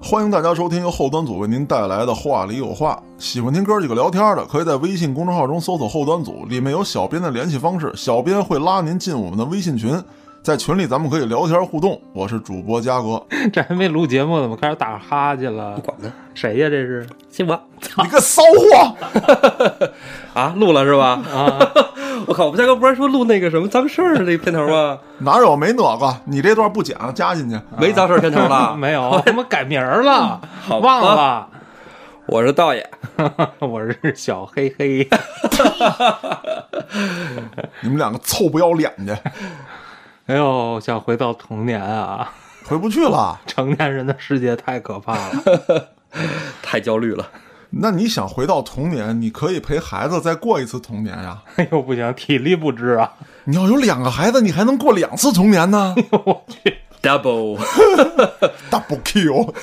欢迎大家收听由后端组为您带来的《话里有话》。喜欢听哥几个聊天的，可以在微信公众号中搜索“后端组”，里面有小编的联系方式，小编会拉您进我们的微信群，在群里咱们可以聊天互动。我是主播嘉哥， 这还没录节目，怎么开始打哈欠了不？管他谁呀、这是信我你个骚货！啊，录了是吧？ 啊，我靠，我们家哥不是说录那个什么脏事儿那片头吗？哪有没那个？你这段不剪，加进去。没脏事儿片头了。啊没有，他妈改名儿了，好吧忘了。 我是道爷，我是小黑黑，你们两个臭不要脸去，哎呦，想回到童年啊！回不去了。成年人的世界太可怕了。 太焦虑了。那你想回到童年，你可以陪孩子再过一次童年呀。哎呦，不行，体力不支啊！你要有两个孩子，你还能过两次童年呢。我去， Double， Double Q。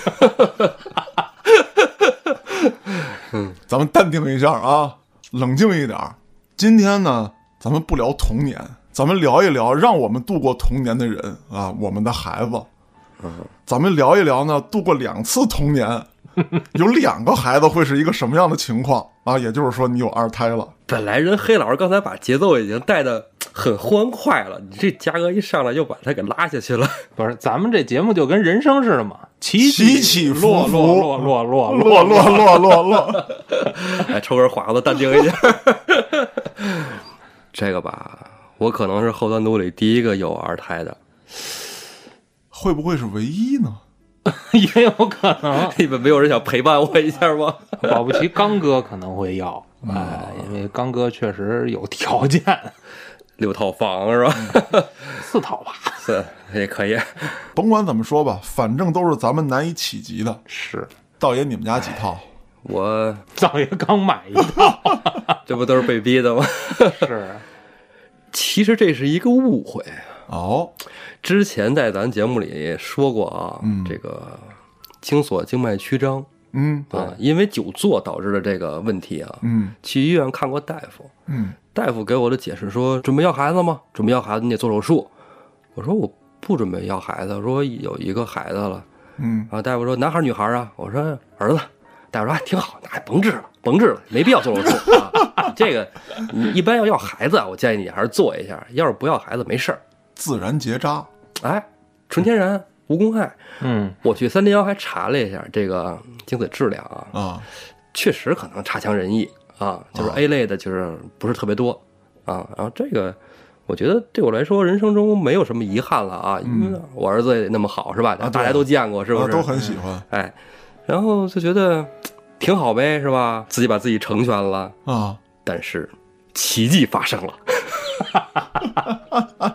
咱们淡定一下啊，冷静一点儿。今天呢，咱们不聊童年，咱们聊一聊让我们度过童年的人啊，我们的孩子。咱们聊一聊呢，度过两次童年， 有两个孩子会是一个什么样的情况啊？也就是说，你有二胎了。本来人黑老师刚才把节奏已经带的很欢快了，你这嘉哥一上来又把他给拉下去了。不是，咱们这节目就跟人生似的嘛，起起起起伏落伏落落 落落落。落落落落落， 哎，抽根华子，淡定一下。 这个吧，我可能是后端组里第一个有二胎的，会不会是唯一呢？也有可能，你们没有人想陪伴我一下吗？ 保不齐刚哥可能会要，哎，因为刚哥确实有条件， 六套房是吧？ 四套吧。是也可以。甭管怎么说吧，反正都是咱们难以企及的。是，道爷，你们家几套？我早爷刚买一套。 这不都是被逼的吗？是，其实这是一个误会。哦，之前在咱节目里说过啊，这个精索静脉曲张嗯啊，因为久坐导致的这个问题啊，嗯去医院看过大夫，嗯，大夫给我的解释说，准备要孩子吗？准备要孩子你得做手术。我说我不准备要孩子，说有一个孩子了。嗯，然后大夫说男孩儿女孩儿啊？我说儿子。大夫说、哎、挺好，那还甭治了，甭治了，没必要做手术啊。这个你一般要要孩子啊，我建议你还是做一下，要是不要孩子没事儿。自然结扎。哎，纯天然无公害。嗯，我去三零幺还查了一下这个精子质量啊，啊，确实可能差强人意啊，就是哦 A 类的，就是不是特别多啊。然后这个，我觉得对我来说，人生中没有什么遗憾了啊，因为我儿子也那么好是吧？嗯啊大家都见过是不啊是？都很喜欢哎，然后就觉得嘖挺好呗，是吧？自己把自己成全了，啊。但是奇迹发生了。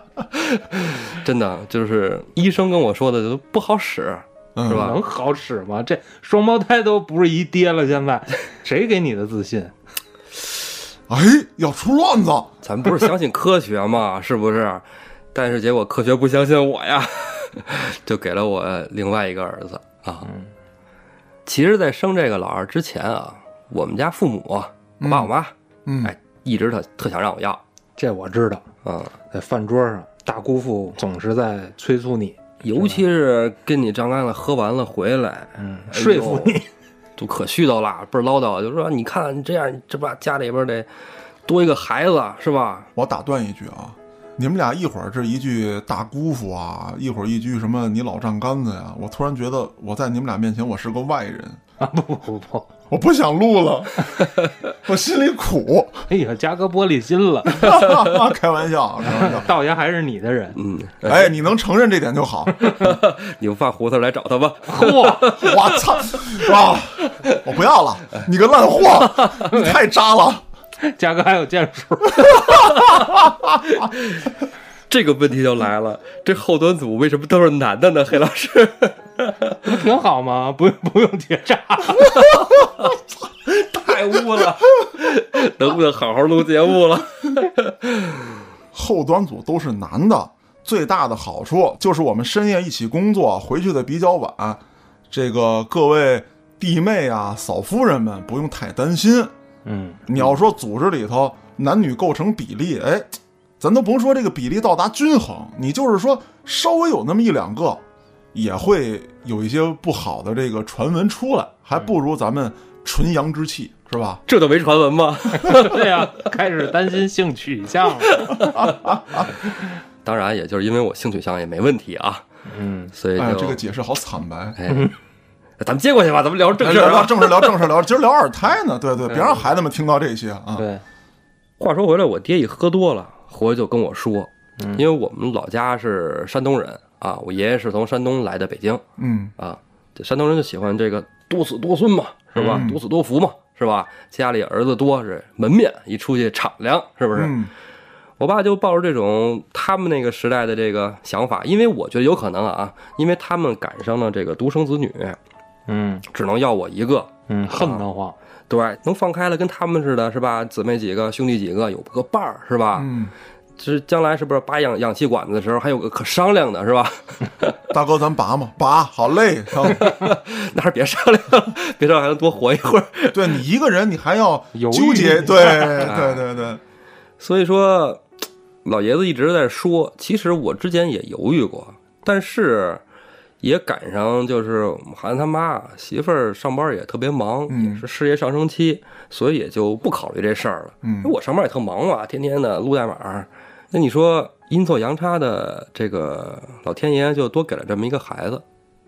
真的就是医生跟我说的都不好使，嗯是吧能好使吗？这双胞胎都不是一爹了，现 在谁给你的自信？哎，要出乱子，咱不是相信科学嘛， 是不是？但是结果科学不相信我呀， 就给了我另外一个儿子啊。嗯其实，在生这个老二之前啊，我们家父母，啊我爸我妈，嗯哎，一直特特想让我要这我知道，啊，在饭桌上，大姑父总是在催促你，尤其是跟你张开了喝完了回来，嗯，哎说呦服你。就可絮叨了，倍儿唠叨，就说你看你这样，这不家里边得多一个孩子是吧？我打断一句啊，你们俩一会儿这一句大姑父啊，一会儿一句什么你老丈杆子呀，我突然觉得我在你们俩面前我是个外人，啊 不不不，我不想录了， 我心里苦。 哎呀，嘉哥玻璃心 了，开玩笑，开玩笑。道爷还是你的人。嗯，哎，你能承认这点就好。你不犯糊涂来找他吧。嚯，我操啊！我不要了，你个烂货，你太渣了。嘉哥还有建树，这个问题就来了，这后端组为什么都是男的呢？黑老师， 不挺好吗？不用不用结扎，太污了， 能不能好好录节目了？后端组都是男的，最大的好处就是我们深夜一起工作，回去的比较晚。这个各位弟妹啊、嫂夫人们不用太担心。嗯，你要说组织里头男女构成比例，哎，咱都甭说这个比例到达均衡，你就是说稍微有那么一两个，也会有一些不好的这个传闻出来，还不如咱们纯阳之气，是吧？这都没传闻吗？对呀、开始担心性取向了。当然，也就是因为我性取向也没问题啊，嗯，所以就、哎呀，这个解释好惨白。哎，咱们接过去吧，咱们聊正事哎儿聊啊。正事儿，聊正事儿，聊今儿聊二胎呢，对对，别让孩子们听到这些啊。对，话说回来，我爹一喝多了，回去就跟我说，因为我们老家是山东人啊，我爷爷是从山东来的北京嗯啊，这山东人就喜欢这个多子多孙嘛，是吧？多子多福嘛，是吧？家里儿子多是门面，一出去敞亮，是不是？嗯我爸就抱着这种他们那个时代的这个想法，因为我觉得有可能啊，因为他们赶上了这个独生子女，嗯只能要我一个，嗯，恨得慌。对，能放开了跟他们似的，是吧？姊妹几个，兄弟几个，有个伴儿，是吧？嗯，这将来是不是拔氧氧气管子的时候还有个可商量的，是吧？大哥，咱拔嘛，拔，好嘞。行那还是别商量了，别商量还能多活一会儿。 对你一个人，你还要犹豫纠结，对对对对，所以说，老爷子一直在说，其实我之前也犹豫过，但是也赶上就是我们孩子他妈媳妇儿上班也特别忙，嗯也是事业上升期，所以也就不考虑这事儿了。嗯因为我上班也特忙嘛，天天的录代码，那你说阴错阳差的，这个老天爷就多给了这么一个孩子。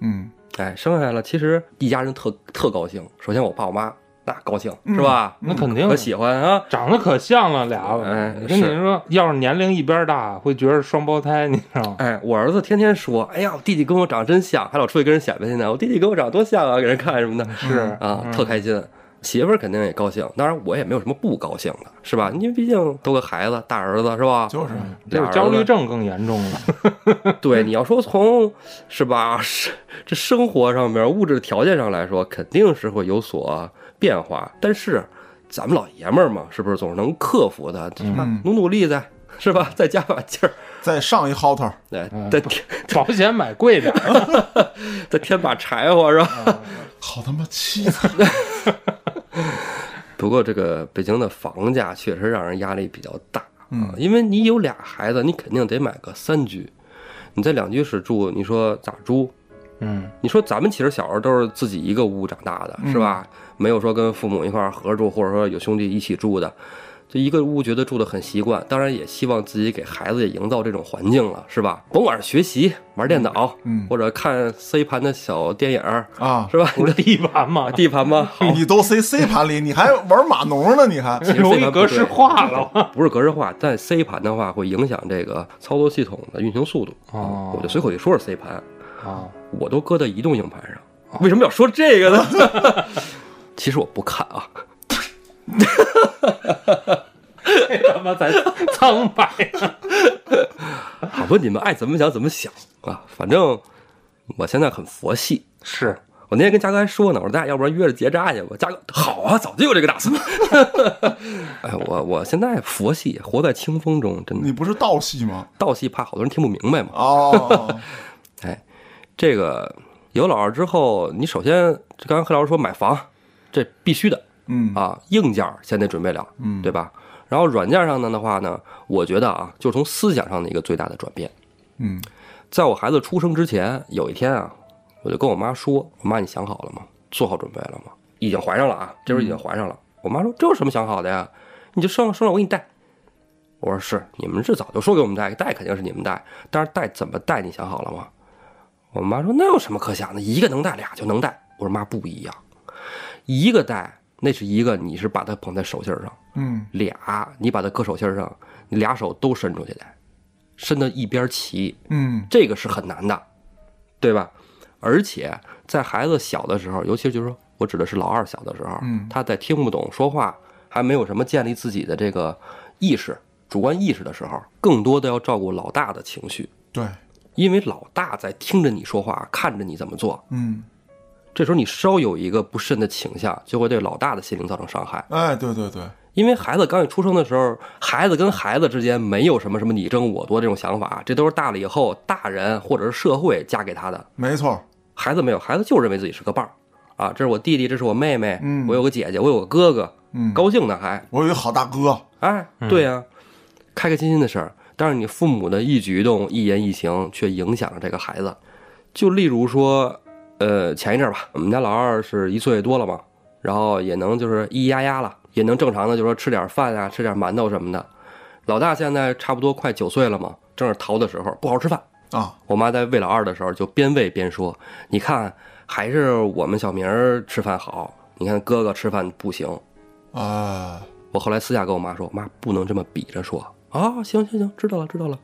嗯哎，生下来了，其实一家人特特高兴。首先我爸我妈那高兴是吧？嗯那肯定可喜欢啊！长得可像了俩，哎我跟你是说，要是年龄一边大，会觉得双胞胎，你知道吗？哎，我儿子天天说，哎呀，我弟弟跟我长得真像，还老出去跟人显摆去呢。我弟弟跟我长得多像啊，给人看什么的嗯是啊，特开心。媳妇儿肯定也高兴，当然我也没有什么不高兴的，是吧？因为毕竟都个孩子，大儿子是吧？就是就是焦虑症更严重了。对，你要说从是吧，是这生活上面物质条件上来说，肯定是会有所变化。但是咱们老爷们儿嘛，是不是总是能克服的？是吧嗯努努力再是吧，再加把劲儿，再上一薅头，哎嗯，再添保险买贵点儿，再添把柴火是吧？好他妈凄惨。不过这个北京的房价确实让人压力比较大嗯啊，因为你有俩孩子，你肯定得买个三居，你在两居室住，你说咋住？ 嗯，你说咱们其实小时候都是自己一个屋长大的，嗯是吧？没有说跟父母一块儿合住，或者说有兄弟一起住的，就一个屋觉得住的很习惯。当然也希望自己给孩子也营造这种环境了，是吧？甭管是学习、玩电脑，嗯或者看 C 盘的小电影儿，啊，是吧？不是地盘嘛， 地 盘吗？好，你都 C C 盘里，你还玩码农呢？你还其实 C 容盘易不格式对化了。 不是格式化，但 C 盘的话会影响这个操作系统的运行速度。哦我就随口一说是 C 盘，啊，我都搁在移动硬盘上，哦为什么要说这个呢？ 其实我不看啊， 这他妈才苍白呢。好吧，你们爱怎么想怎么想啊，反正我现在很佛系。 是，我那天跟嘉哥还说呢，我说咱俩要不然约着结扎去吧？嘉哥好啊，早就有这个打算。 哎，我我现在佛系，活在清风中，真的你。不是道系吗？道戏怕好多人听不明白嘛。哦，哎，这个有老二之后，你首先这刚才黑老师说买房，这必须的嗯啊，硬件儿先得准备了，嗯对吧？然后软件上呢的话呢，我觉得啊，就是从思想上的一个最大的转变。嗯在我孩子出生之前，有一天啊，我就跟我妈说：“我妈，你想好了吗？做好准备了吗？已经怀上了嗯啊，这时候已经怀上了。我妈说：“这有什么想好的呀？你就生了生了，我给你带。”我说：“是，你们是早就说给我们带，带肯定是你们带，但是带怎么带，你想好了吗？”我妈说：“那有什么可想的？一个能带，俩就能带。”我说：“妈，不一样，一个带那是一个，你是把它捧在手心上；嗯俩你把它搁手心上，你俩手都伸出去带，伸到一边齐。”嗯这个是很难的，对吧？而且在孩子小的时候，尤其就是说我指的是老二小的时候，嗯他在听不懂说话，还没有什么建立自己的这个意识、主观意识的时候，更多的要照顾老大的情绪，对，因为老大在听着你说话，看着你怎么做，嗯，这时候你稍有一个不慎的倾向，就会对老大的心灵造成伤害。哎，对对对，因为孩子刚一出生的时候，孩子跟孩子之间没有什么什么你争我夺这种想法，这都是大了以后大人或者是社会加给他的。没错，孩子没有，孩子就认为自己是个伴儿啊，这是我弟弟，这是我妹妹，嗯我有个姐姐，我有个哥哥，嗯，高兴呢还，我有一个好大哥，哎，对呀、开开心心的事儿。但是你父母的一举一动、一言一行，却影响了这个孩子。就例如说，呃，前一阵儿吧，我们家老二是一岁多了嘛，然后也能就是咿咿呀呀了，也能正常的就说吃点饭啊，吃点馒头什么的。老大现在差不多快九岁了嘛，正是淘的时候，不好吃饭。啊，我妈在喂老二的时候就边喂边说：“你看，还是我们小明儿吃饭好，你看哥哥吃饭不行。”啊，我后来私下跟我妈说，妈不能这么比着说啊，行行行，知道了知道了。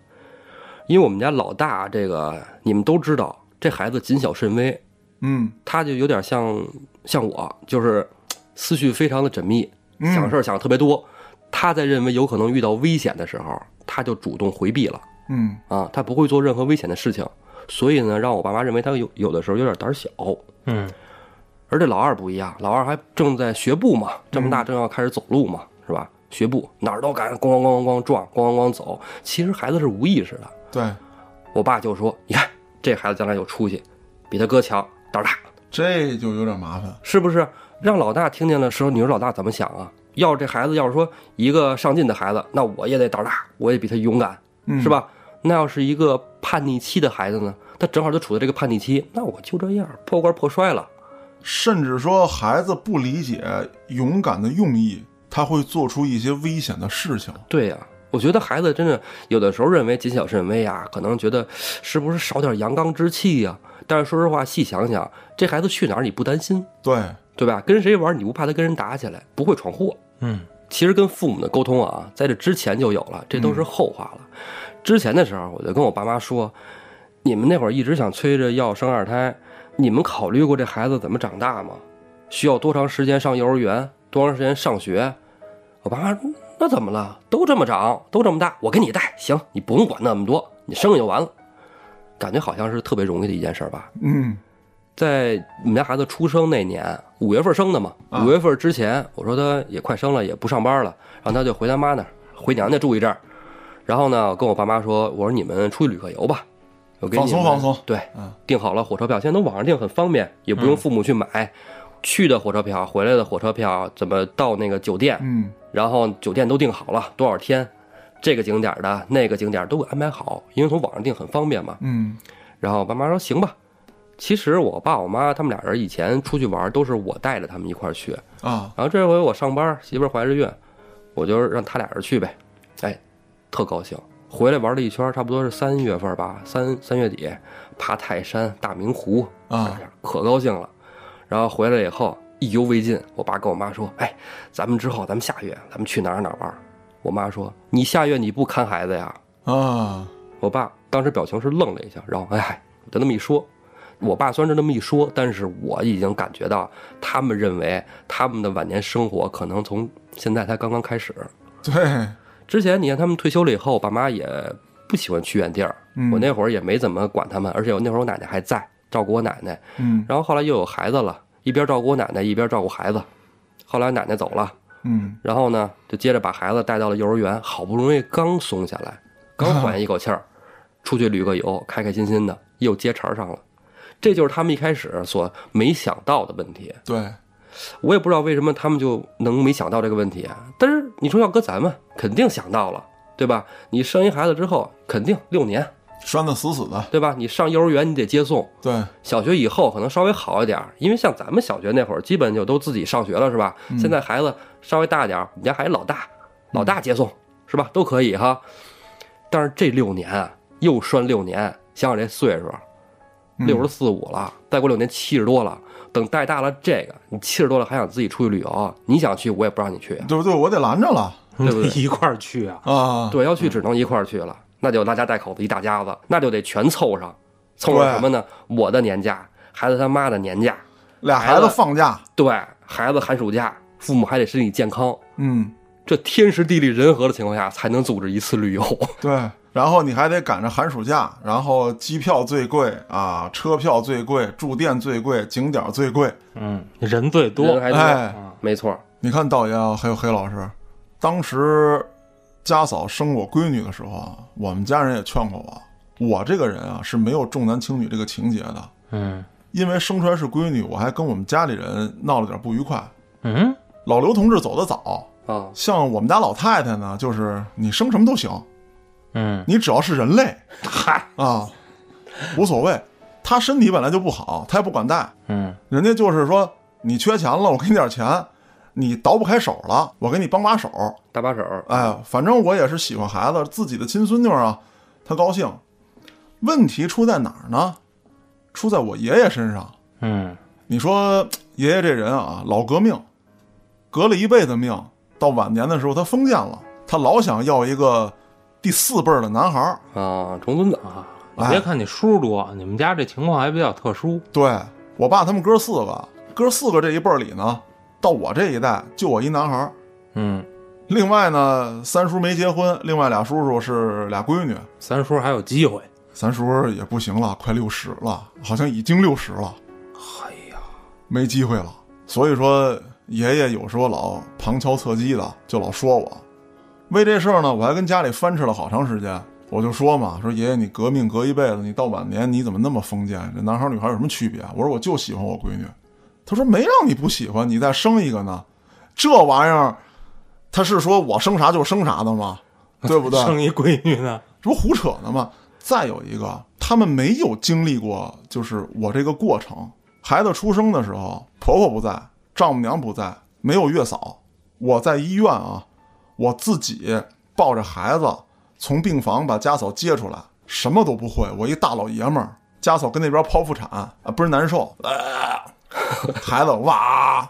因为我们家老大这个你们都知道，这孩子谨小慎微，嗯他就有点像像我，就是嘖思绪非常的缜密，嗯想事儿想得特别多。他在认为有可能遇到危险的时候，他就主动回避了嗯啊，他不会做任何危险的事情，所以呢，让我爸妈认为他有有的时候有点胆小。嗯而这老二不一样，老二还正在学步嘛，这么大正要开始走路嘛，是吧？学步哪儿都敢咣咣咣咣撞，咣咣咣走。其实孩子是无意识的。对，我爸就说：“你看这孩子将来有出息，比他哥强，胆儿大，这就有点麻烦。是不是？”让老大听见了时候，你说老大怎么想啊？要是这孩子要是说一个上进的孩子，那我也得胆儿大，我也比他勇敢，嗯是吧？那要是一个叛逆期的孩子呢？他正好就处在这个叛逆期，那我就这样破罐破摔了。甚至说孩子不理解勇敢的用意，他会做出一些危险的事情。对呀、我觉得孩子真的有的时候认为谨小慎微啊，可能觉得是不是少点阳刚之气呀、但是说实话，细想想，这孩子去哪儿你不担心，对，对吧？跟谁玩你不怕他跟人打起来，不会闯祸。嗯其实跟父母的沟通啊，在这之前就有了，这都是后话了。之前的时候，我就跟我爸妈说，你们那会儿一直想催着要生二胎，你们考虑过这孩子怎么长大吗？需要多长时间上幼儿园，多长时间上学？我爸妈说那怎么了？都这么长，都这么大，我给你带，行，你不用管那么多，你生了就完了。感觉好像是特别容易的一件事儿吧？嗯在我们家孩子出生那年，五月份生的嘛，啊五月份之前，我说他也快生了，也不上班了，让他就回他妈那儿，回娘家住一阵儿。然后呢，我跟我爸妈说，我说你们出去旅个游吧，我给你们放松放松对嗯，订好了火车票，现在都网上订，很方便，也不用父母去买。去的火车票，回来的火车票，怎么到那个酒店，嗯然后酒店都订好了，多少天，这个景点儿的那个景点儿都给安排好，因为从网上订很方便嘛。嗯然后我爸妈说行吧。其实我爸我妈他们俩人以前出去玩都是我带着他们一块儿去，啊，然后这回我上班，媳妇儿怀着孕，我就让他俩人去呗，哎，特高兴。回来玩了一圈，差不多是三月份吧，三三月底，爬泰山、大明湖啊，哎呀可高兴了。然后回来以后意犹未尽，我爸跟我妈说：“哎，咱们之后，咱们下月咱们去哪儿哪儿玩儿？”我妈说：“你下月你不看孩子呀？”啊，我爸当时表情是愣了一下，然后哎，就那么一说。我爸虽然是那么一说，但是我已经感觉到他们认为他们的晚年生活可能从现在才刚刚开始。对，之前你看他们退休了以后，我爸妈也不喜欢去远地儿，嗯我那会儿也没怎么管他们，而且我那会儿我奶奶还在照顾我奶奶，嗯然后后来又有孩子了，一边照顾我奶奶一边照顾孩子。后来奶奶走了，嗯然后呢，就接着把孩子带到了幼儿园，好不容易刚松下来，刚缓一口气儿，出去旅个游，开开心心的，又接茬儿上了。这就是他们一开始所没想到的问题。对，我也不知道为什么他们就能没想到这个问题啊。但是你说要搁咱们，肯定想到了，对吧？你生一孩子之后，肯定六年，拴得死死的，对吧？你上幼儿园你得接送，对，小学以后可能稍微好一点儿，因为像咱们小学那会儿，基本就都自己上学了，是吧？现在孩子稍微大点儿，我们家还有老大，老大接送，是吧？都可以哈。但是这六年啊，又拴六年，想想这岁数，六十四五了，再过六年七十多了。等带大了这个，你七十多了还想自己出去旅游，你想去我也不让你去啊。对不对？我得拦着了对不对一块儿去啊？啊，对，要去只能一块儿去了，那就拉家带口子一大家子，那就得全凑上。凑上什么呢？我的年假，孩子他妈的年假，俩孩子放假，对孩子寒暑假，父母还得身体健康，嗯，这天时地利人和的情况下才能组织一次旅游。对。然后你还得赶着寒暑假，然后机票最贵啊，车票最贵，住店最贵，景点最贵。嗯，人最人多，还多，哎没错，你看道爷啊，还有黑老师，当时家嫂生我闺女的时候啊，我们家人也劝过我，我这个人啊是没有重男轻女这个情节的，嗯因为生出来是闺女，我还跟我们家里人闹了点不愉快。嗯老刘同志走得早，啊，像我们家老太太呢，就是你生什么都行，嗯你只要是人类，嗨啊，无所谓。他身体本来就不好，他也不管带，嗯人家就是说你缺钱了，我给你点钱；你倒不开手了，我给你帮把手。搭把手，哎，反正我也是喜欢孩子，自己的亲孙女儿啊，他高兴。问题出在哪儿呢？出在我爷爷身上。嗯你说爷爷这人啊，老革命，革了一辈子命，到晚年的时候他封建了，他老想要一个第四辈儿的男孩儿。啊，重孙子，啊，你别看你叔多，你们家这情况还比较特殊。对我爸他们哥四个，哥四个这一辈儿里呢，到我这一代就我一男孩儿。嗯，另外呢，三叔没结婚，另外俩叔叔是俩闺女。三叔还有哎机会。三叔也不行了，快六十了，好像已经六十了，哎呀，没机会了。所以说，爷爷有时候老旁敲侧击的，就老说我。为这事儿呢，我还跟家里翻吃了好长时间。我就说嘛，说爷爷你革命革一辈子，你到晚年你怎么那么封建？这男孩儿女孩儿有什么区别？啊我说我就喜欢我闺女。他说没让你不喜欢，你再生一个呢。这玩意儿，他是说我生啥就生啥的吗？对不对？ 生一闺女呢？这不胡扯呢吗？再有一个，他们没有经历过，就是我这个过程。孩子出生的时候，婆婆不在，丈母娘不在，没有月嫂，我在医院啊，我自己抱着孩子从病房把家嫂接出来，什么都不会，我一大老爷们儿，家嫂跟那边剖腹产啊，不是难受， 啊、孩子哇，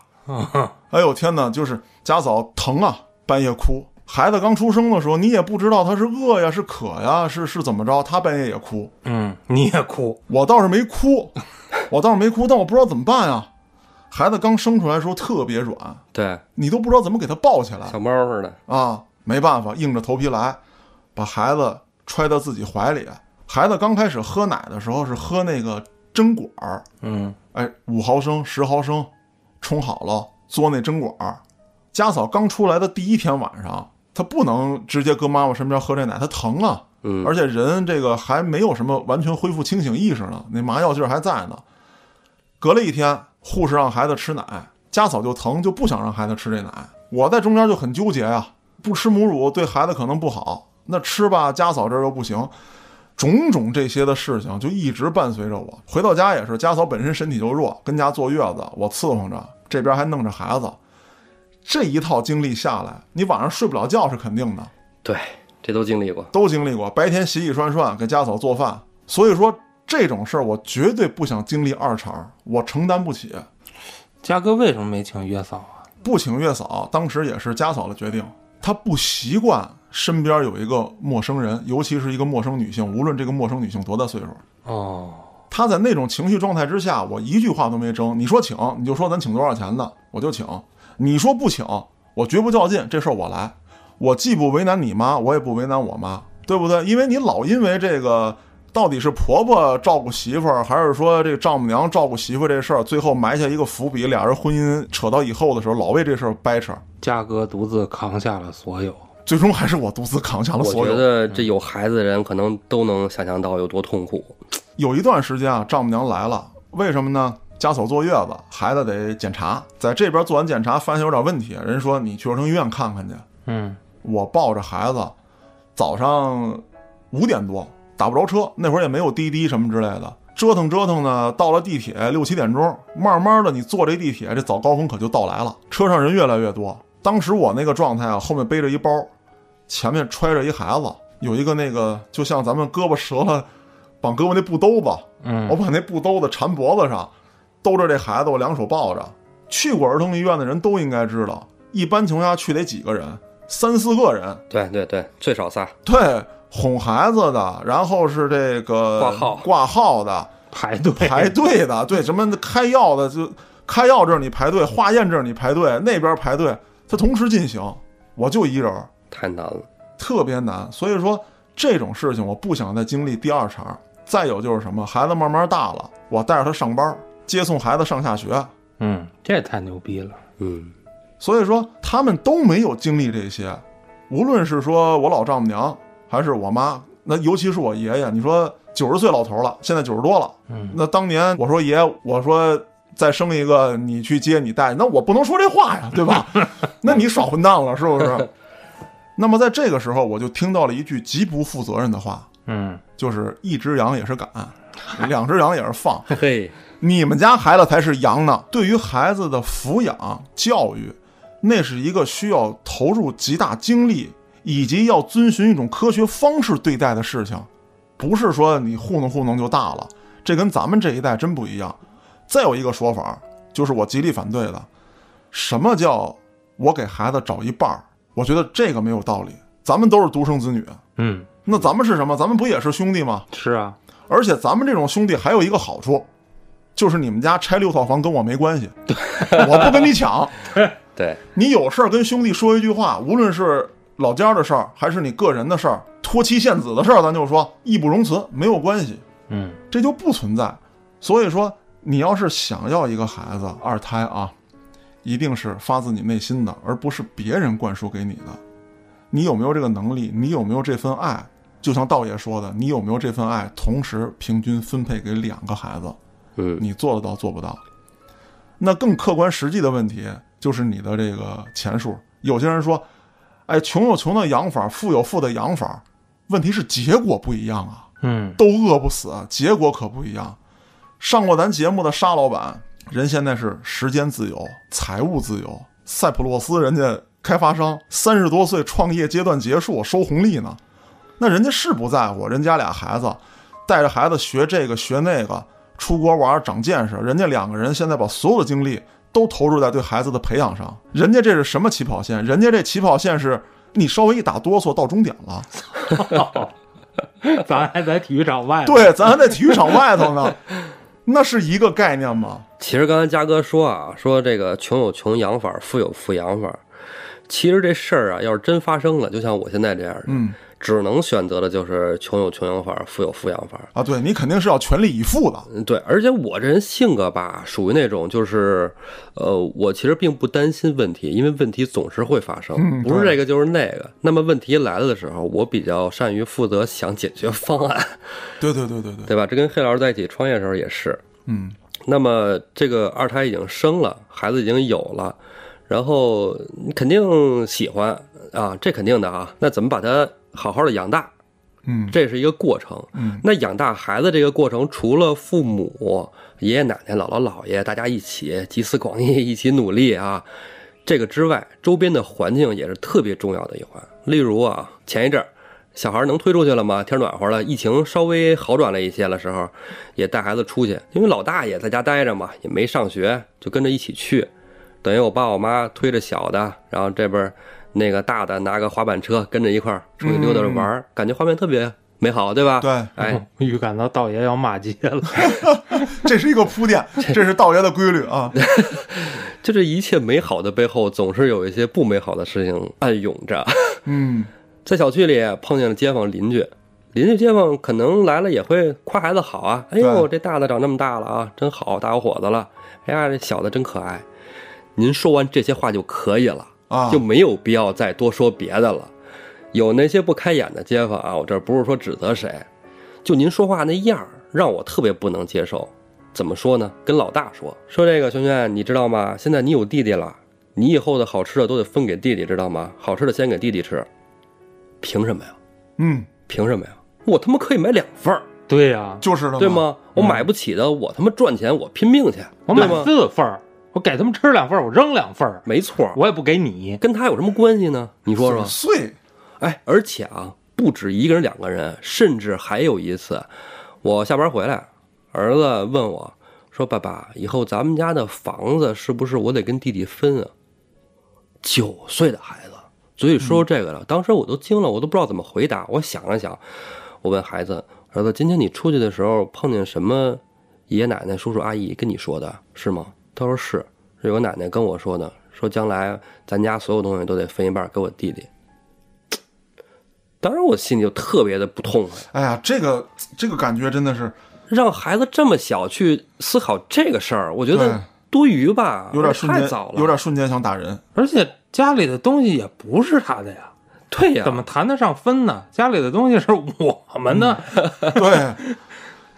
哎呦天哪，就是家嫂疼啊，半夜哭。孩子刚出生的时候，你也不知道他是饿呀，是渴呀，是是怎么着，他半夜也哭。嗯，你也哭。我倒是没哭， 我倒是没哭，但我不知道怎么办啊。孩子刚生出来的时候特别软，对，你都不知道怎么给他抱起来小猫似的，啊。没办法，硬着头皮来，把孩子揣到自己怀里。孩子刚开始喝奶的时候是喝那个针管儿，嗯哎，五毫升、十毫升，冲好了嘬那针管儿。家嫂刚出来的第一天晚上，她不能直接搁妈妈身边喝这奶，她疼啊，嗯而且人这个还没有什么完全恢复清醒意识呢，那麻药劲儿还在呢。隔了一天，护士让孩子吃奶，家嫂就疼，就不想让孩子吃这奶。我在中间就很纠结啊，不吃母乳对孩子可能不好，那吃吧，家嫂这儿又不行，种种这些的事情就一直伴随着我。回到家也是，家嫂本身身体就弱，跟家坐月子，我伺候着，这边还弄着孩子，这一套经历下来，你晚上睡不了觉是肯定的，对，这都经历过，都经历过。白天洗洗涮涮，给家嫂做饭，所以说这种事儿我绝对不想经历二茬儿，我承担不起。嘉哥为什么没请月嫂啊？不请月嫂，当时也是家嫂的决定。她不习惯身边有一个陌生人，尤其是一个陌生女性，无论这个陌生女性多大岁数，哦，他在那种情绪状态之下，我一句话都没争。你说请，你就说咱请多少钱的，我就请；你说不请，我绝不较劲，这事儿我来。我既不为难你妈，我也不为难我妈，对不对？因为你老因为这个到底是婆婆照顾媳妇儿，还是说这丈母娘照顾媳妇儿这事儿，最后埋下一个伏笔，俩人婚姻扯到以后的时候，老为这事儿掰扯，嘉哥独自扛下了所有。最终还是我独自扛下了我所有。嗯觉得这有孩子的人可能都能想象到有多痛苦，有一段时间啊，丈母娘来了，为什么呢？家嫂坐月子，孩子得检查，在这边做完检查，发现有点问题，人说你去儿童医院看看去。嗯我抱着孩子，早上五点多打不着车，那会儿也没有滴滴什么之类的，折腾折腾呢，到了地铁六七点钟，慢慢的你坐这地铁，这早高峰可就到来了，车上人越来越多。当时我那个状态啊，后面背着一包，前面揣着一孩子，有一个那个就像咱们胳膊折了，绑胳膊那布兜子，我嗯把那布兜子缠脖子上，兜着这孩子，我两手抱着。去过儿童医院的人都应该知道，一般情况下去得几个人，三四个人，对对对，最少仨，对，哄孩子的，然后是这个挂号挂号 的，排队排 队的，对，什么开药的，就开药这儿你排队，化验这儿你排队，那边排队，它同时进行，我就一人儿，太难了，特别难。所以说这种事情我不想再经历第二茬儿。再有就是什么，孩子慢慢大了，我带着他上班儿，接送孩子上下学，嗯，这也太牛逼了。 嗯，所以说他们都没有经历这些，无论是说我老丈母娘还是我妈，那尤其是我爷爷，你说九十岁老头了，现在九十多了，嗯，那当年我说爷，我说再生一个你去接你带，那我不能说这话呀，对吧？ 那你耍混蛋了是不是？ 那么在这个时候，我就听到了一句极不负责任的话，嗯，就是一只羊也是赶，两只羊也是放。嘿，你们家孩子才是羊呢。对于孩子的抚养、教育，那是一个需要投入极大精力，以及要遵循一种科学方式对待的事情，不是说你糊弄糊弄就大了。这跟咱们这一代真不一样。再有一个说法，就是我极力反对的，什么叫我给孩子找一半儿？我觉得这个没有道理。咱们都是独生子女，嗯，那咱们是什么？咱们不也是兄弟吗？是啊，而且咱们这种兄弟还有一个好处，就是你们家拆六套房跟我没关系，我不跟你抢。对，你有事儿跟兄弟说一句话，无论是老家的事儿，还是你个人的事儿，托妻献子的事儿，咱就说义不容辞，没有关系，嗯这就不存在。所以说，你要是想要一个孩子，二胎啊，一定是发自你内心的，而不是别人灌输给你的。你有没有这个能力？你有没有这份爱？就像道爷说的，你有没有这份爱，同时平均分配给两个孩子，嗯，你做得到做不到？那更客观实际的问题就是你的这个钱数。有些人说，哎，穷有穷的养法，富有富的养法，问题是结果不一样啊。嗯，都饿不死，结果可不一样。上过咱节目的沙老板，人现在是时间自由、财务自由。塞浦路斯人家开发商三十多岁创业阶段结束，收红利呢。那人家是不在乎，人家俩孩子带着孩子学这个学那个，出国玩长见识。人家两个人现在把所有的精力都投入在对孩子的培养上。人家这是什么起跑线？人家这起跑线是你稍微一打哆嗦到终点了。 咱还在体育场外，， 对，咱还在体育场外头呢，那是一个概念吗？其实刚才嘉哥说啊，说这个穷有穷养法，富有富养法。其实这事儿啊，要是真发生了，就像我现在这样的，嗯，只能选择的就是穷有穷养法，富有富养法。啊，对你肯定是要全力以赴的，嗯，对，而且我这人性格吧，属于那种就是，呃，我其实并不担心问题，因为问题总是会发生，嗯不是对这个就是那个。那么问题来了的时候，我比较善于负责想解决方案，对对对对对，对吧？这跟黑老师在一起创业的时候也是。嗯，那么这个二胎已经生了，孩子已经有了，然后你肯定喜欢啊，这肯定的啊。那怎么把它好好的养大？嗯这是一个过程。嗯，那养大孩子这个过程，除了父母、爷爷奶奶、姥姥姥爷，大家一起集思广益，一起努力啊，这个之外，周边的环境也是特别重要的一环。例如啊，前一阵儿。小孩能推出去了吗？天暖和了，疫情稍微好转了一些的时候，也带孩子出去，因为老大也在家待着嘛，也没上学，就跟着一起去。等于我爸我妈推着小的，然后这边儿那个大的拿个滑板车跟着一块儿出去溜达着玩儿，感觉画面特别美好，对吧？对， 哎，预感到道爷要骂街了， 这是一个铺垫，这是道爷的规律啊。就这一切美好的背后，总是有一些不美好的事情暗涌着。嗯，在小区里碰见了街坊邻居，邻居街坊可能来了也会夸孩子好啊，哎呦，这大的长这么大了啊，真好，大小伙子了，哎呀，这小的真可爱。您说完这些话就可以了，啊，就没有必要再多说别的了。有那些不开眼的街坊啊，我这不是说指责谁，就您说话那样儿让我特别不能接受。怎么说呢？跟老大说说这个，熊熊，你知道吗？现在你有弟弟了，你以后的好吃的都得分给弟弟，知道吗？好吃的先给弟弟吃，凭什么呀？嗯，凭什么呀？我他妈可以买两份儿，对呀、就是的嘛，对吗？我买不起的，我他妈赚钱，我拼命去，嗯我对买吗？四份儿，我给他们吃两份儿，我扔两份儿，没错儿，我也不给你，跟他有什么关系呢？你说说琐。碎，哎，而且啊，不止一个人、两个人，甚至还有一次，我下班回来，儿子问我说：“爸爸，以后咱们家的房子是不是我得跟弟弟分啊？”九岁的孩子，所以说这个了，当时我都惊了，我都不知道怎么回答。我想了想，我问孩子：“儿子，今天你出去的时候碰见什么爷爷奶奶、叔叔阿姨跟你说的是吗？”他说：“是，是有个奶奶跟我说的，说将来咱家所有东西都得分一半给我弟弟。”当时我心里就特别的不痛快，哎呀，这个这个感觉真的是让孩子这么小去思考这个事儿，我觉对得多余吧，有点瞬太间早，了，有点瞬间想打人。而且家里的东西也不是他的呀，对呀、怎么谈得上分呢？家里的东西是我们的，对，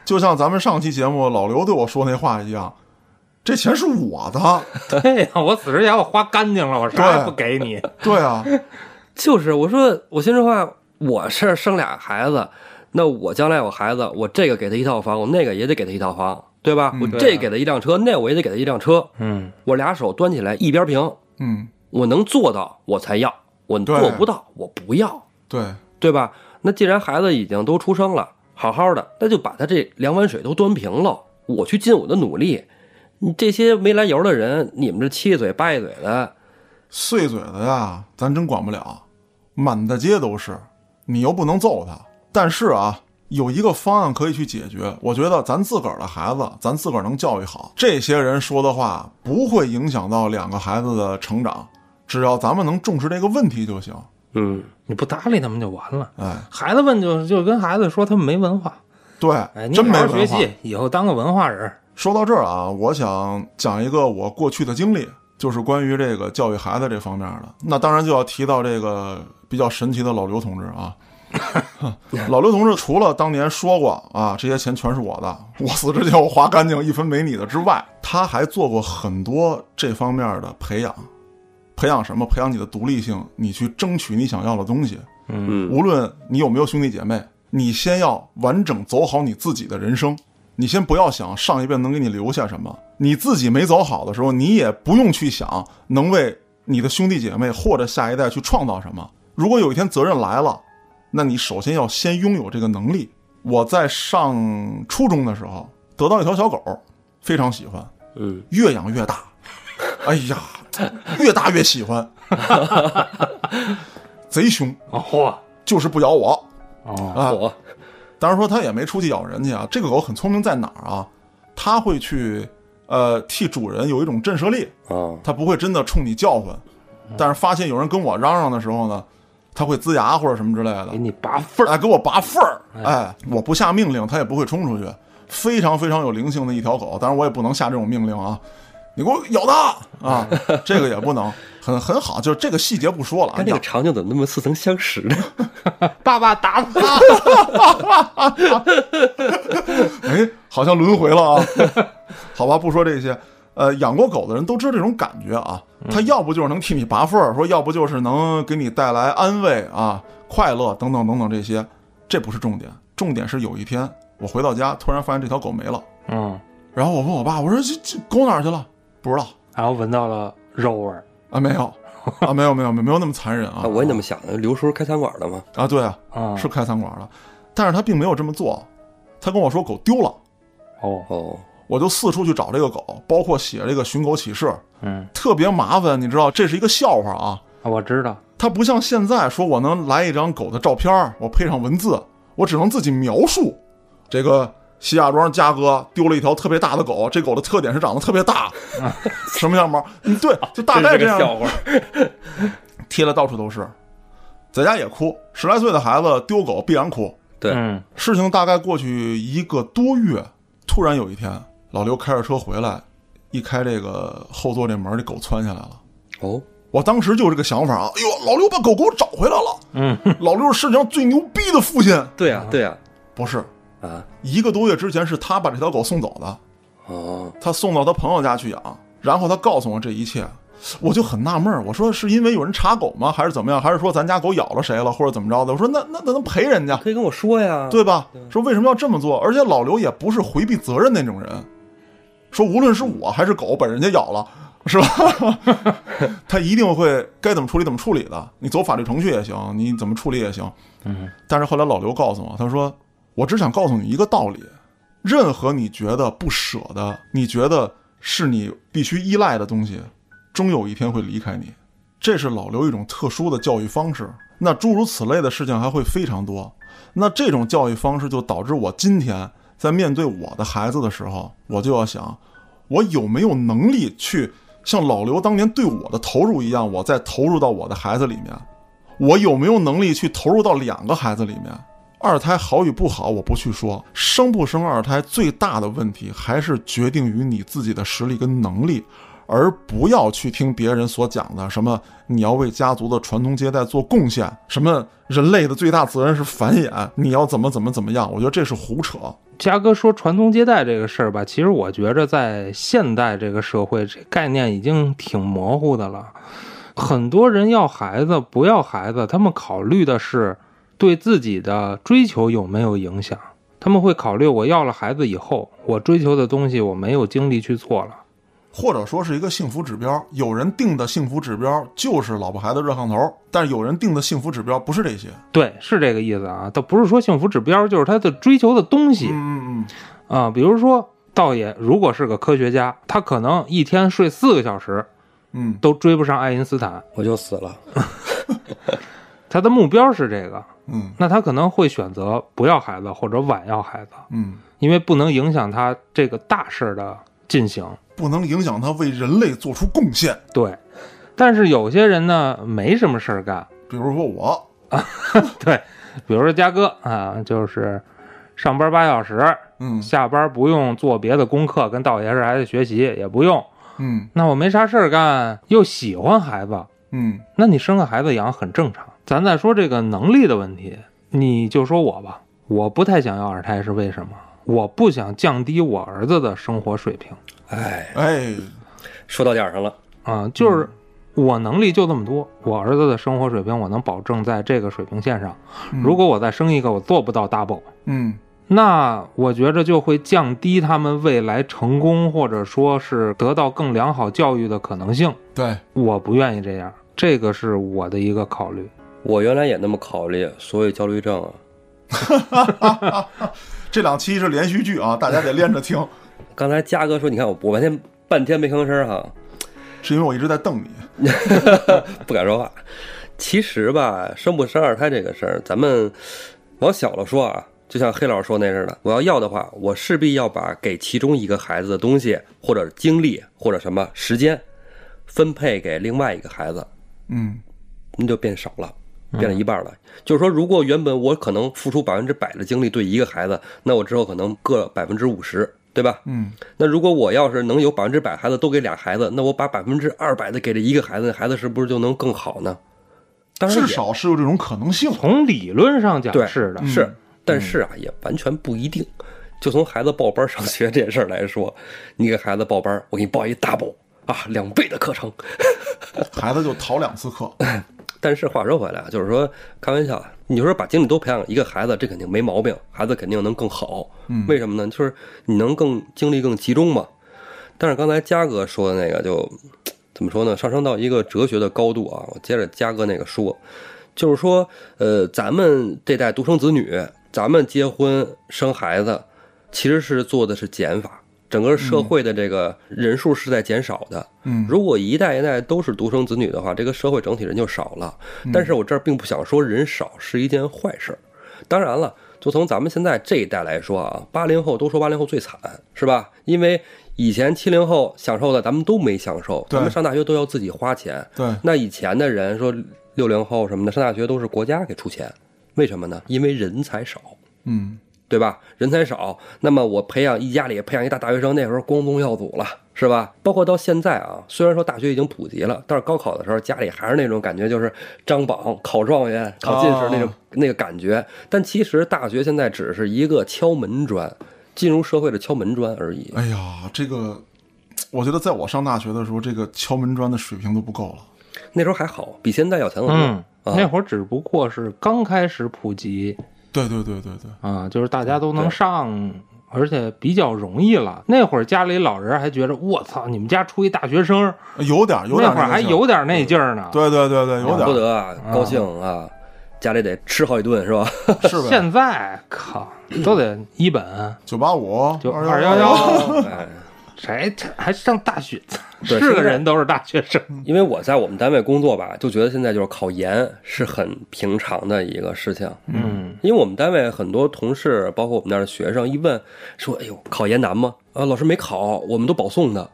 就像咱们上期节目老刘对我说那话一样，这钱是我的。 对呀、我死之前我花干净了，我啥也不给你，对啊，就是我说我心里话，我是生俩孩子，那我将来我孩子，我这个给他一套房，我那个也得给他一套房，对吧？嗯啊我这给他一辆车，那我也得给他一辆车。嗯，我俩手端起来一边平，嗯，我能做到我才要，我做不到我不要，对，对吧？那既然孩子已经都出生了，好好的，那就把他这两碗水都端平了。我去尽我的努力，你这些没来由的人，你们这七嘴八嘴的，碎嘴子呀，咱真管不了，满大街都是，你又不能揍他。但是啊，有一个方案可以去解决，我觉得咱自个儿的孩子，咱自个儿能教育好。这些人说的话不会影响到两个孩子的成长，只要咱们能重视这个问题就行。嗯，你不搭理他们就完了。哎，孩子问就就跟孩子说他们没文化，对，哎，你真没好好学文化。习，以后当个文化人儿。说到这儿啊，我想讲一个我过去的经历，就是关于这个教育孩子这方面的。那当然就要提到这个比较神奇的老刘同志啊。老刘同志除了当年说过啊，这些钱全是我的，我死之前我花干净，一分没你的之外，他还做过很多这方面的培养。培养什么？培养你的独立性，你去争取你想要的东西。嗯无论你有没有兄弟姐妹，你先要完整走好你自己的人生。你先不要想上一辈能给你留下什么，你自己没走好的时候，你也不用去想能为你的兄弟姐妹或者下一代去创造什么。如果有一天责任来了，那你首先要先拥有这个能力。我在上初中的时候得到一条小狗，非常喜欢，嗯，越养越大，哎呀，越大越喜欢， 贼凶，啊哦就是不咬我。哦，啊我当然说它也没出去咬人去啊。这个狗很聪明，在哪儿啊？它会去呃替主人有一种震慑力，啊，它不会真的冲你叫唤。嗯但是发现有人跟我嚷嚷的时候呢，它会龇牙或者什么之类的给，你拔啊嗯份儿。哎，给我拔份儿，哎，我不下命令，它也不会冲出去。非常非常有灵性的一条狗，当然我也不能下这种命令啊。你给我咬它 啊，这个也不能，很很好，就是这个细节不说了啊。跟这个场景怎么那么似曾相识呢？ 爸爸打我！哎，好像轮回了啊。 好吧，不说这些。呃，养过狗的人都知道这种感觉啊，它要不就是能替你拔份儿，说要不就是能给你带来安慰啊、快乐等等等等这些，这不是重点，重点是有一天我回到家，突然发现这条狗没了，嗯，然后我问我爸，我说这这狗哪儿去了？不知道然后闻到了肉味儿。啊，没有啊，没有没有没有没有那么残忍 啊啊，，我也那么想的。刘叔开餐馆的嘛，啊，对啊，嗯，是开餐馆了，但是他并没有这么做，他跟我说狗丢了，哦，哦，我就四处去找这个狗，包括写这个寻狗启事，嗯，特别麻烦，你知道，这是一个笑话啊。我知道。它不像现在说我能来一张狗的照片儿，我配上文字，我只能自己描述。这个西雅庄嘉哥丢了一条特别大的狗，这狗的特点是长得特别大，什么样吗？嗯，对，就大概这这是个样，笑话。贴的到处都是。在家也哭，十来岁的孩子丢狗必然哭。对嗯，事情大概过去一个多月，突然有一天，老刘开着车回来，一开这个后座这门，这狗窜下来了。哦，我当时就有这个想法啊，哎呦，老刘把狗给我找回来了，嗯， 老刘是世界上最牛逼的父亲。对呀、对呀、不是，啊，一个多月之前是他把这条狗送走的，哦，他送到他朋友家去养，然后他告诉我这一切，我就很纳闷儿，我说是因为有人查狗吗？还是怎么样？还是说咱家狗咬了谁了，或者怎么着的？我说那那那能赔人家，可以跟我说呀。对吧？说为什么要这么做？而且老刘也不是回避责任那种人，说无论是我还是狗把人家咬了，是吧？ 他一定会该怎么处理怎么处理的，你走法律程序也行，你怎么处理也行。嗯，但是后来老刘告诉我，他说我只想告诉你一个道理：任何你觉得不舍的，你觉得是你必须依赖的东西，终有一天会离开你。这是老刘一种特殊的教育方式。那诸如此类的事情还会非常多。那这种教育方式就导致我今天在面对我的孩子的时候，我就要想，我有没有能力去像老刘当年对我的投入一样，我再投入到我的孩子里面，我有没有能力去投入到两个孩子里面？二胎好与不好，我不去说。生不生二胎，最大的问题还是决定于你自己的实力跟能力，而不要去听别人所讲的什么你要为家族的传宗接代做贡献，什么人类的最大责任是繁衍，你要怎么怎么怎么样。我觉得这是胡扯。嘉哥说传宗接代这个事儿吧，其实我觉着在现代这个社会，这概念已经挺模糊的了。很多人要孩子，不要孩子，他们考虑的是对自己的追求有没有影响。他们会考虑，我要了孩子以后，我追求的东西我没有精力去做了。或者说是一个幸福指标。有人定的幸福指标就是老婆孩子热炕头，但是有人定的幸福指标不是这些。对，是这个意思啊。倒不是说幸福指标，就是他的追求的东西嗯嗯啊、比如说，道爷如果是个科学家，他可能一天睡四个小时嗯都追不上爱因斯坦。我就死了。他的目标是这个，嗯那他可能会选择不要孩子或者晚要孩子，嗯，因为不能影响他这个大事儿的进行。不能影响他为人类做出贡献。对，但是有些人呢没什么事儿干， 比如说我，对，比如说嘉哥啊，就是上班八小时，嗯下班不用做别的功课，跟道爷似的还得学习，也不用。嗯那我没啥事儿干，又喜欢孩子，嗯那你生个孩子养很正常。咱再说这个能力的问题，你就说我吧，我不太想要二胎是为什么？我不想降低我儿子的生活水平哎，哎，说到点儿上了。啊、就是我能力就这么多，我儿子的生活水平我能保证在这个水平线上。嗯如果我再生一个，我做不到 double，嗯那我觉着就会降低他们未来成功或者说是得到更良好教育的可能性。对， 我不愿意这样，这个是我的一个考虑。我原来也那么考虑，所以焦虑症啊。这两期是连续剧啊，大家得连着听，刚才嘉哥说，你看我我半天半天没吭声哈、 是因为我一直在瞪你。不敢说话。其实吧，生不生二胎这个事儿，咱们往小了说啊，就像黑老师说那似的，我要要的话，我势必要把给其中一个孩子的东西，或者精力，或者什么时间，分配给另外一个孩子，嗯那就变少了。变了一半了，就是说，如果原本我可能付出百分之百的精力对一个孩子，那我之后可能各百分之五十，对吧？嗯那如果我要是能有百分之百孩子都给俩孩子，那我把百分之二百的给了一个孩子，那孩子是不是就能更好呢？当然也至少是有这种可能性。从理论上讲对是的，嗯是，但是啊，也完全不一定。就从孩子报班上 学这事儿来说，你给孩子报班，我给你报一 double 啊，两倍的课程。孩子就逃两次课，但是话说回来啊，就是说开玩笑啊，你说把精力都培养一个孩子，这肯定没毛病，孩子肯定能更好。嗯为什么呢？就是你能更精力更集中嘛。但是刚才嘉哥说的那个就怎么说呢？上升到一个哲学的高度啊。我接着嘉哥那个说，就是说，呃，咱们这代独生子女，咱们结婚生孩子，其实是做的是减法，整个社会的这个人数是在减少的。嗯如果一代一代都是独生子女的话，这个社会整体人就少了。嗯但是我这儿并不想说人少是一件坏事儿。当然了，就从咱们现在这一代来说啊，八零后都说八零后最惨，是吧？因为以前七零后享受的咱们都没享受，对咱们上大学都要自己花钱。对，那以前的人说六零后什么的上大学都是国家给出钱，为什么呢？因为人才少。嗯对吧？人才少，那么我培养一家里培养一大大学生，那时候光宗耀祖了，是吧？包括到现在啊，虽然说大学已经普及了，但是高考的时候家里还是那种感觉，就是张榜、考状元、考进士那种、哦那个感觉。但其实大学现在只是一个敲门砖，进入社会的敲门砖而已。哎呀，这个，我觉得在我上大学的时候，这个敲门砖的水平都不够了。那时候还好，比现在要强得多。嗯，啊那会儿只不过是刚开始普及对对对对对，啊、就是大家都能上。而且比较容易了。那会儿家里老人还觉着，我操，你们家出一大学生，呃有点儿有那点儿会儿这个还劲儿有点那劲儿呢。对对对对，嗯有了点不儿得啊，高兴啊，家里得吃好几顿是吧？是呗。现在靠都得一本，九八五就二211哦 哎谁还上大学？是对个现在人都是大学生。因为我在我们单位工作吧，就觉得现在就是考研是很平常的一个事情。嗯，因为我们单位很多同事，包括我们那儿的学生，一问说：“哎呦，考研难吗？”啊，老师没考，我们都保送的。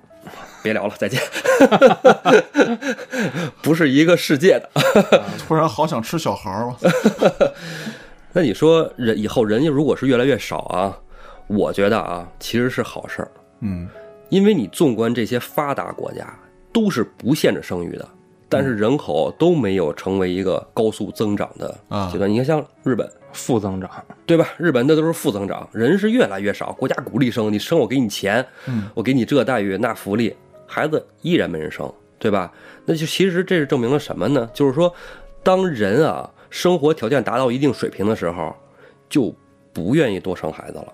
别聊了，再见。 不是一个世界的。突然好想吃小孩儿 了。那你说人以后人如果是越来越少啊，我觉得啊，其实是好事儿，嗯因为你纵观这些发达国家，都是不限制生育的，但是人口都没有成为一个高速增长的啊阶段。你看，像日本，负增长，对吧？日本那都是负增长，人是越来越少，国家鼓励生，你生我给你钱，嗯我给你这待遇那福利，孩子依然没人生，对吧？那就其实这是证明了什么呢？就是说，当人啊生活条件达到一定水平的时候，就不愿意多生孩子了。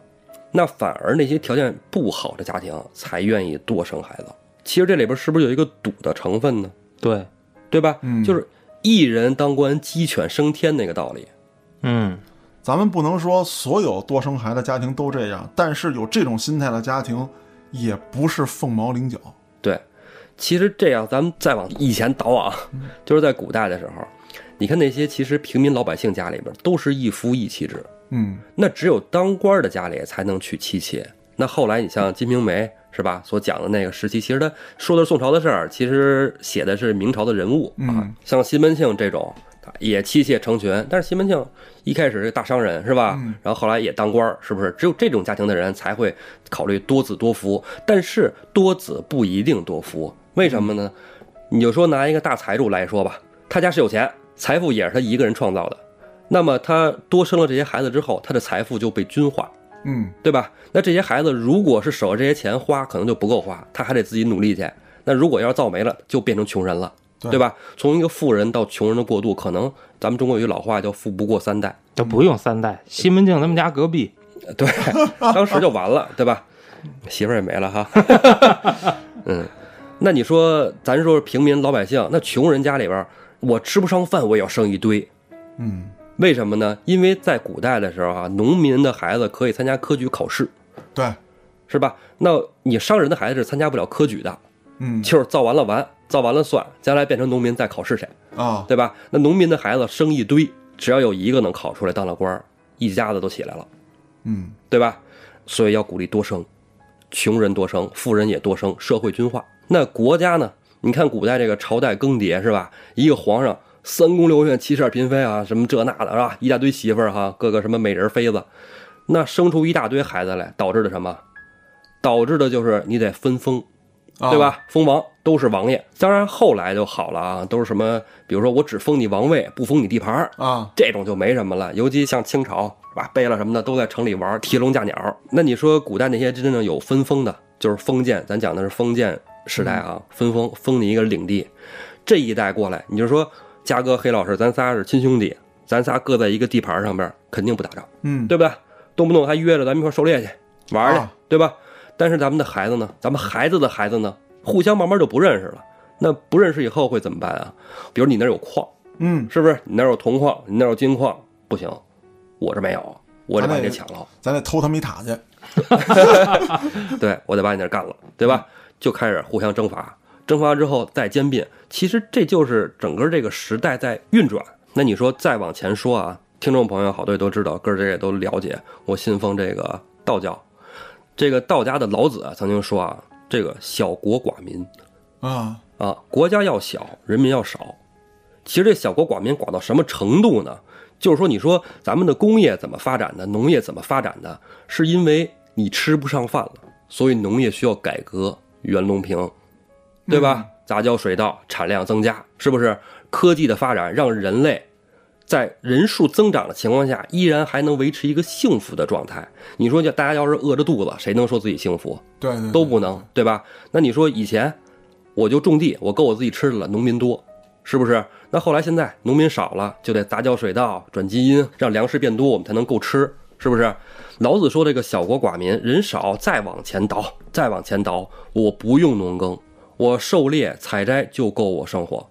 那反而那些条件不好的家庭才愿意多生孩子。其实这里边是不是有一个赌的成分呢？对，对吧？嗯就是一人当官，鸡犬升天那个道理。嗯，咱们不能说所有多生孩的家庭都这样，但是有这种心态的家庭也不是凤毛麟角。对，其实这样，咱们再往以前倒啊，就是在古代的时候，你看那些其实平民老百姓家里边都是一夫一妻制，嗯，那只有当官的家里才能娶妻妾。那后来你像《金瓶梅》是吧，所讲的那个时期，其实他说的是宋朝的事儿，其实写的是明朝的人物啊嗯，像西门庆这种。也妻妾成群，但是西门庆一开始是个大商人是吧？嗯然后后来也当官儿，是不是？只有这种家庭的人才会考虑多子多福，但是多子不一定多福，为什么呢？你就说拿一个大财主来说吧，他家是有钱，财富也是他一个人创造的，那么他多生了这些孩子之后，他的财富就被均化，嗯，对吧？那这些孩子如果是守着这些钱花，可能就不够花，他还得自己努力去。那如果要是造没了，就变成穷人了，对对吧？从一个富人到穷人的过渡，可能咱们中国有一老话叫“富不过三代都不用三代，西门庆他们家隔壁，”，对，当时就完了，对吧？媳妇儿也没了哈。嗯，那你说，咱说平民老百姓，那穷人家里边儿，我吃不上饭，我也要生一堆，嗯，为什么呢？因为在古代的时候啊，农民的孩子可以参加科举考试，对，是吧？那你商人的孩子是参加不了科举的，嗯就是造完了完，造完了算，将来变成农民再考试去，啊，对吧？那农民的孩子生一堆，只要有一个能考出来当了官儿，一家子都起来了，嗯，对吧？所以要鼓励多生，穷人多生，富人也多生，社会均化。那国家呢？你看古代这个朝代更迭是吧？一个皇上三宫六院七十二嫔妃啊，什么这那的是吧？一大堆媳妇儿哈，各个什么美人妃子，那生出一大堆孩子来，导致的什么？导致的就是你得分封，啊对？吧？封王都是王爷，当然后来就好了啊，都是什么？比如说我只封你王位，不封你地盘儿，啊，这种就没什么了。尤其像清朝是吧，贝勒什么的都在城里玩提笼架鸟。那你说古代那些真正有分封的，就是封建，咱讲的是封建时代啊，分封封你一个领地，这一代过来，你就说嘉哥、黑老师，咱仨是亲兄弟，咱仨各在一个地盘上边，肯定不打仗，嗯，对不对？动不动还约着咱们一块儿狩猎去玩儿去，啊对吧？但是咱们的孩子呢，咱们孩子的孩子呢，互相慢慢就不认识了。那不认识以后会怎么办啊？比如你那儿有矿，嗯，是不是？你那儿有铜矿，你那儿有金矿，不行，我这没有，我得把你这抢了，咱得偷他们一塔去。对我得把你那儿干了，对吧？就开始互相征伐，征伐之后再兼并，其实这就是整个这个时代在运转。那你说再往前说啊，听众朋友好多也都知道，哥儿这也都了解，我信奉这个道教，这个道家的老子啊曾经说啊，这个小国寡民啊，啊，国家要小，人民要少。其实这小国寡民寡到什么程度呢？就是说，你说咱们的工业怎么发展的，农业怎么发展的，是因为你吃不上饭了，所以农业需要改革，袁隆平，对吧？杂交水稻，产量增加，是不是？科技的发展让人类在人数增长的情况下，依然还能维持一个幸福的状态。你说，大家要是饿着肚子，谁能说自己幸福？对对，对都不能，对吧？那你说以前我就种地，我够我自己吃的了，农民多，是不是？那后来现在农民少了，就得杂交水稻、转基因，让粮食变多，我们才能够吃，是不是？老子说这个小国寡民，人少，再往前倒，再往前倒，我不用农耕，我狩猎采摘就够我生活。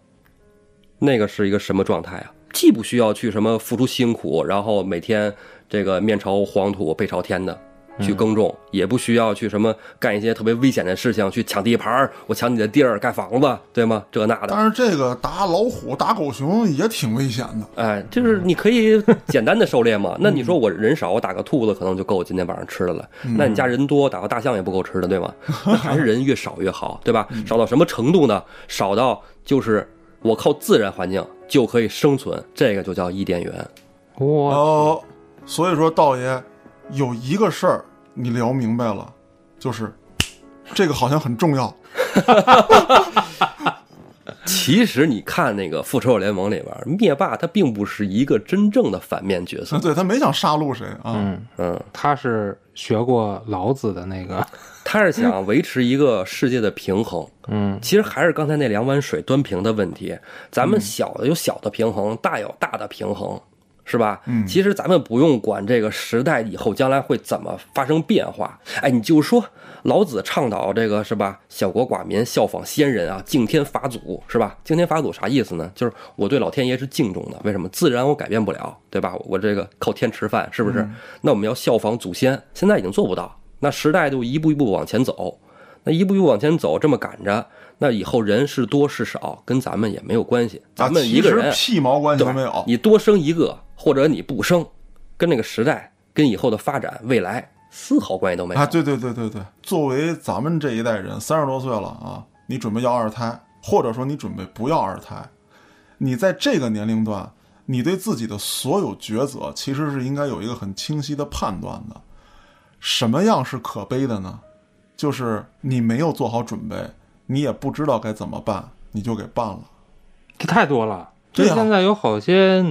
那个是一个什么状态啊？既不需要去什么付出辛苦，然后每天这个面朝黄土背朝天的去耕种，也不需要去什么干一些特别危险的事情，去抢地盘儿，我抢你的地儿盖房子，对吗？这那的，但是这个打老虎、打狗熊也挺危险的。哎，就是 嗯你可以简单的狩猎嘛。那你说我人少，我打个兔子可能就够我今天晚上吃的了。那你家人多，打个大象也不够吃的，对 吗？那还是人越少越好，对吧？少到什么程度呢？少到就是我靠自然环境就可以生存，这个就叫伊甸园。我、哦，所以说道爷有一个事儿你聊明白了，就是这个好像很重要。 其实你看那个《复仇者联盟》里边，灭霸他并不是一个真正的反面角色，对他没想杀戮谁啊？嗯，嗯，他是学过老子的那个， 他是想维持一个世界的平衡。嗯其实还是刚才那两碗水端平的问题，咱们小的有小的平衡，大有大的平衡，是吧？嗯其实咱们不用管这个时代以后将来会怎么发生变化，哎，你就说老子倡导这个是吧？小国寡民，效仿先人啊，敬天法祖是吧？敬天法祖啥意思呢？就是我对老天爷是敬重的，为什么？自然我改变不了，对吧？我这个靠天吃饭，是不是？那我们要效仿祖先，现在已经做不到，那时代就一步一步往前走。那一步一步往前走，这么赶着，那以后人是多是少，跟咱们也没有关系。咱们一个人，啊其实屁毛关系对都吧没有。你多生一个，或者你不生，跟那个时代、跟以后的发展、未来丝毫关系都没有。啊，对对对对对，作为咱们这一代人，三十多岁了啊，你准备要二胎，或者说你准备不要二胎，你在这个年龄段，你对自己的所有抉择其实是应该有一个很清晰的判断的。什么样是可悲的呢？就是你没有做好准备，你也不知道该怎么办，你就给办了。这太多了。对就啊现在有好些，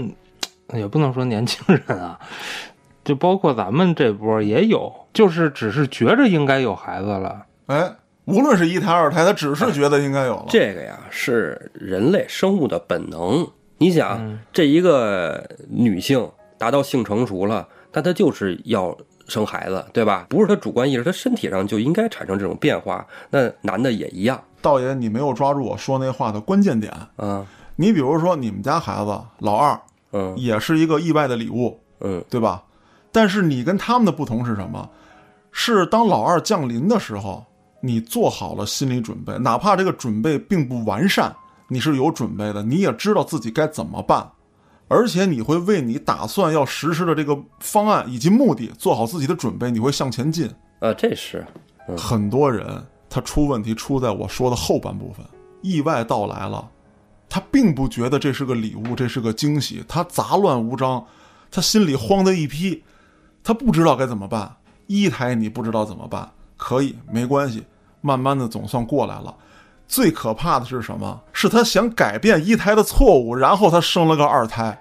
也不能说年轻人啊， 就包括咱们这波也有，就是只是觉着应该有孩子了。哎，无论是一胎二胎，他只是觉得应该有了。这个呀，是人类生物的本能。你想，这一个女性达到性成熟了，但她就是要生孩子，对吧？不是她主观意识，她身体上就应该产生这种变化。那男的也一样道爷，你没有抓住我说那话的关键点。啊，你比如说，你们家孩子老二嗯也是一个意外的礼物，嗯，对吧？但是你跟他们的不同是什么？是当老二降临的时候，你做好了心理准备，哪怕这个准备并不完善，你是有准备的，你也知道自己该怎么办，而且你会为你打算要实施的这个方案以及目的做好自己的准备，你会向前进。啊，这是很多人他出问题出在我说的后半部分，意外到来了，他并不觉得这是个礼物，这是个惊喜，他杂乱无章，他心里慌的一批，他不知道该怎么办。一胎你不知道怎么办，可以没关系，慢慢的总算过来了。最可怕的是什么？是他想改变一胎的错误，然后他生了个二胎。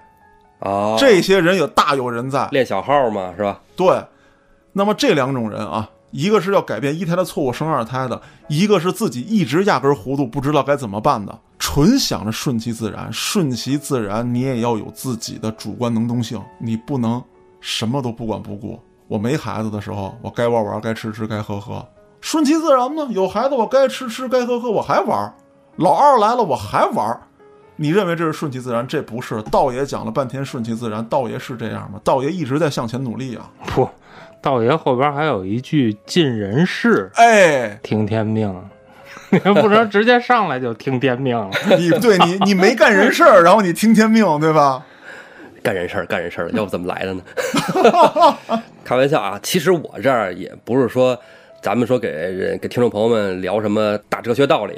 哦，这些人也大有人在，练小号嘛，是吧？对，那么这两种人啊，一个是要改变一胎的错误生二胎的，一个是自己一直压根儿糊涂不知道该怎么办的，纯想着顺其自然。顺其自然，你也要有自己的主观能动性，你不能什么都不管不顾。我没孩子的时候，我该玩玩，该吃吃，该喝喝，顺其自然呢。有孩子，我该吃吃，该喝喝，我还玩儿。老二来了，我还玩儿。你认为这是顺其自然？这不是。道爷讲了半天顺其自然，道爷是这样吗？道爷一直在向前努力啊。不，道爷后边还有一句“尽人事，哎，听天命”， 你不能直接上来就听天命了。你对你你没干人事儿，然后你听天命，对吧？干人事儿，干人事儿，要不怎么来的呢？ 开玩笑啊，其实我这儿也不是说，咱们说给人给听众朋友们聊什么大哲学道理，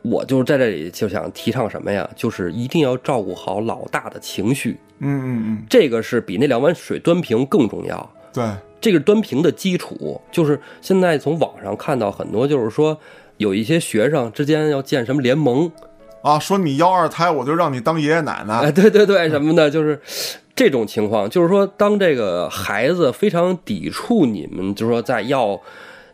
我就在这里就想提倡什么呀？就是一定要照顾好老大的情绪，嗯嗯这个是比那两碗水端平更重要。嗯，对，这个端平的基础，就是现在从网上看到很多，就是说有一些学生之间要建什么联盟，啊，说你要二胎，我就让你当爷爷奶哎，奶。对对对，什么的，就是这种情况，就是说，当这个孩子非常抵触你们，就是说在要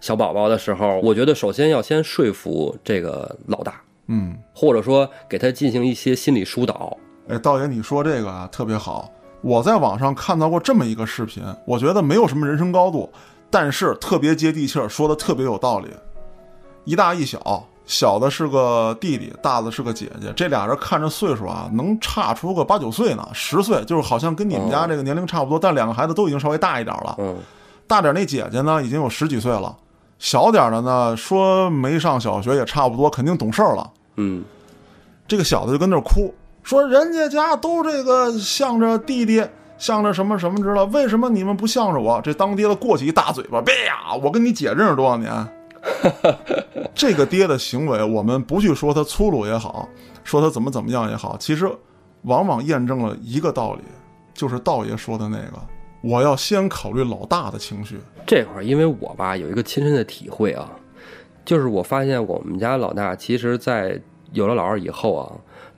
小宝宝的时候，我觉得首先要先说服这个老大，嗯，或者说给他进行一些心理疏导。哎，道爷，你说这个啊特别好。我在网上看到过这么一个视频，我觉得没有什么人生高度，但是特别接地气儿，说的特别有道理。一大一小，小的是个弟弟，大的是个姐姐，这俩人看着岁数啊，能差出个八九岁呢，十岁，就是好像跟你们家这个年龄差不多，但两个孩子都已经稍微大一点了。嗯，大点儿那姐姐呢，已经有十几岁了；小点儿的呢，说没上小学也差不多，肯定懂事儿了。嗯，这个小子就跟那儿哭，说人家家都这个向着弟弟，向着什么什么之类，为什么你们不向着我？这当爹的过去一大嘴巴，别呀！我跟你姐认识多少年？这个爹的行为，我们不去说他粗鲁也好，说他怎么怎么样也好，其实往往验证了一个道理，就是道爷说的那个，我要先考虑老大的情绪。这块儿因为我吧有一个亲身的体会啊，就是我发现我们家老大其实，在有了老二以后啊，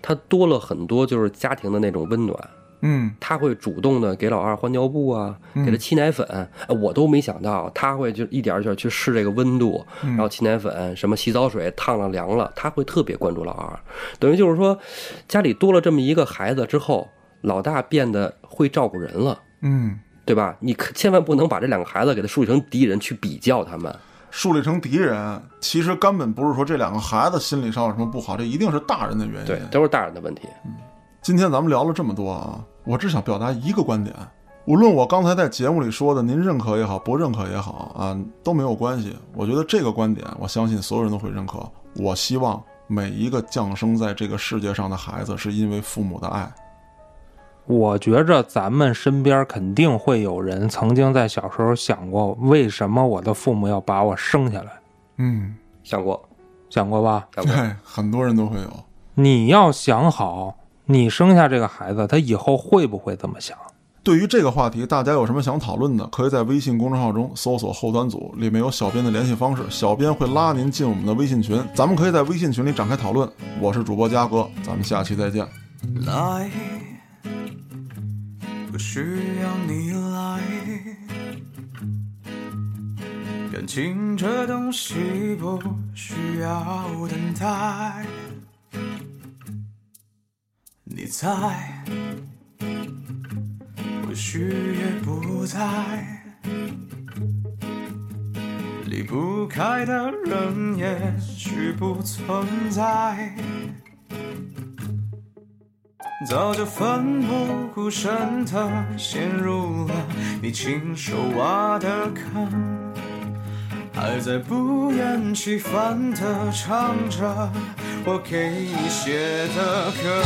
他多了很多就是家庭的那种温暖。嗯他会主动的给老二换尿布啊，给他沏奶粉，呃我都没想到他会就一点儿一点儿去试这个温度，然后沏奶粉，什么洗澡水烫了凉了，他会特别关注老二。等于就是说，家里多了这么一个孩子之后，老大变得会照顾人了，嗯，对吧？你可千万不能把这两个孩子给他树立成敌人去比较他们。树立成敌人，其实根本不是说这两个孩子心理上有什么不好，这一定是大人的原因。对，都是大人的问题。今天咱们聊了这么多啊，我只想表达一个观点，无论我刚才在节目里说的您认可也好，不认可也好啊，都没有关系。我觉得这个观点，我相信所有人都会认可。我希望每一个降生在这个世界上的孩子，是因为父母的爱。我觉着咱们身边肯定会有人曾经在小时候想过，为什么我的父母要把我生下来？嗯，想过，想过吧？想过，对，很多人都会有。你要想好，你生下这个孩子，他以后会不会这么想？对于这个话题，大家有什么想讨论的，可以在微信公众号中搜索“后端组”，里面有小编的联系方式，小编会拉您进我们的微信群，咱们可以在微信群里展开讨论。我是主播嘉哥，咱们下期再见。来，不需要你来。感情这东西不需要等待，你在，或许也不在。离不开的人，也许不存在。早就奋不顾身地陷入了你亲手挖的坑，还在不厌其烦地唱着我给你写的歌。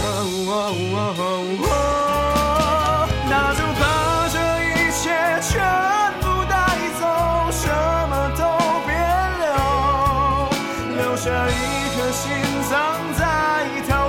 哦那就把这一切全部带走，什么都别留，留下一颗心脏在头。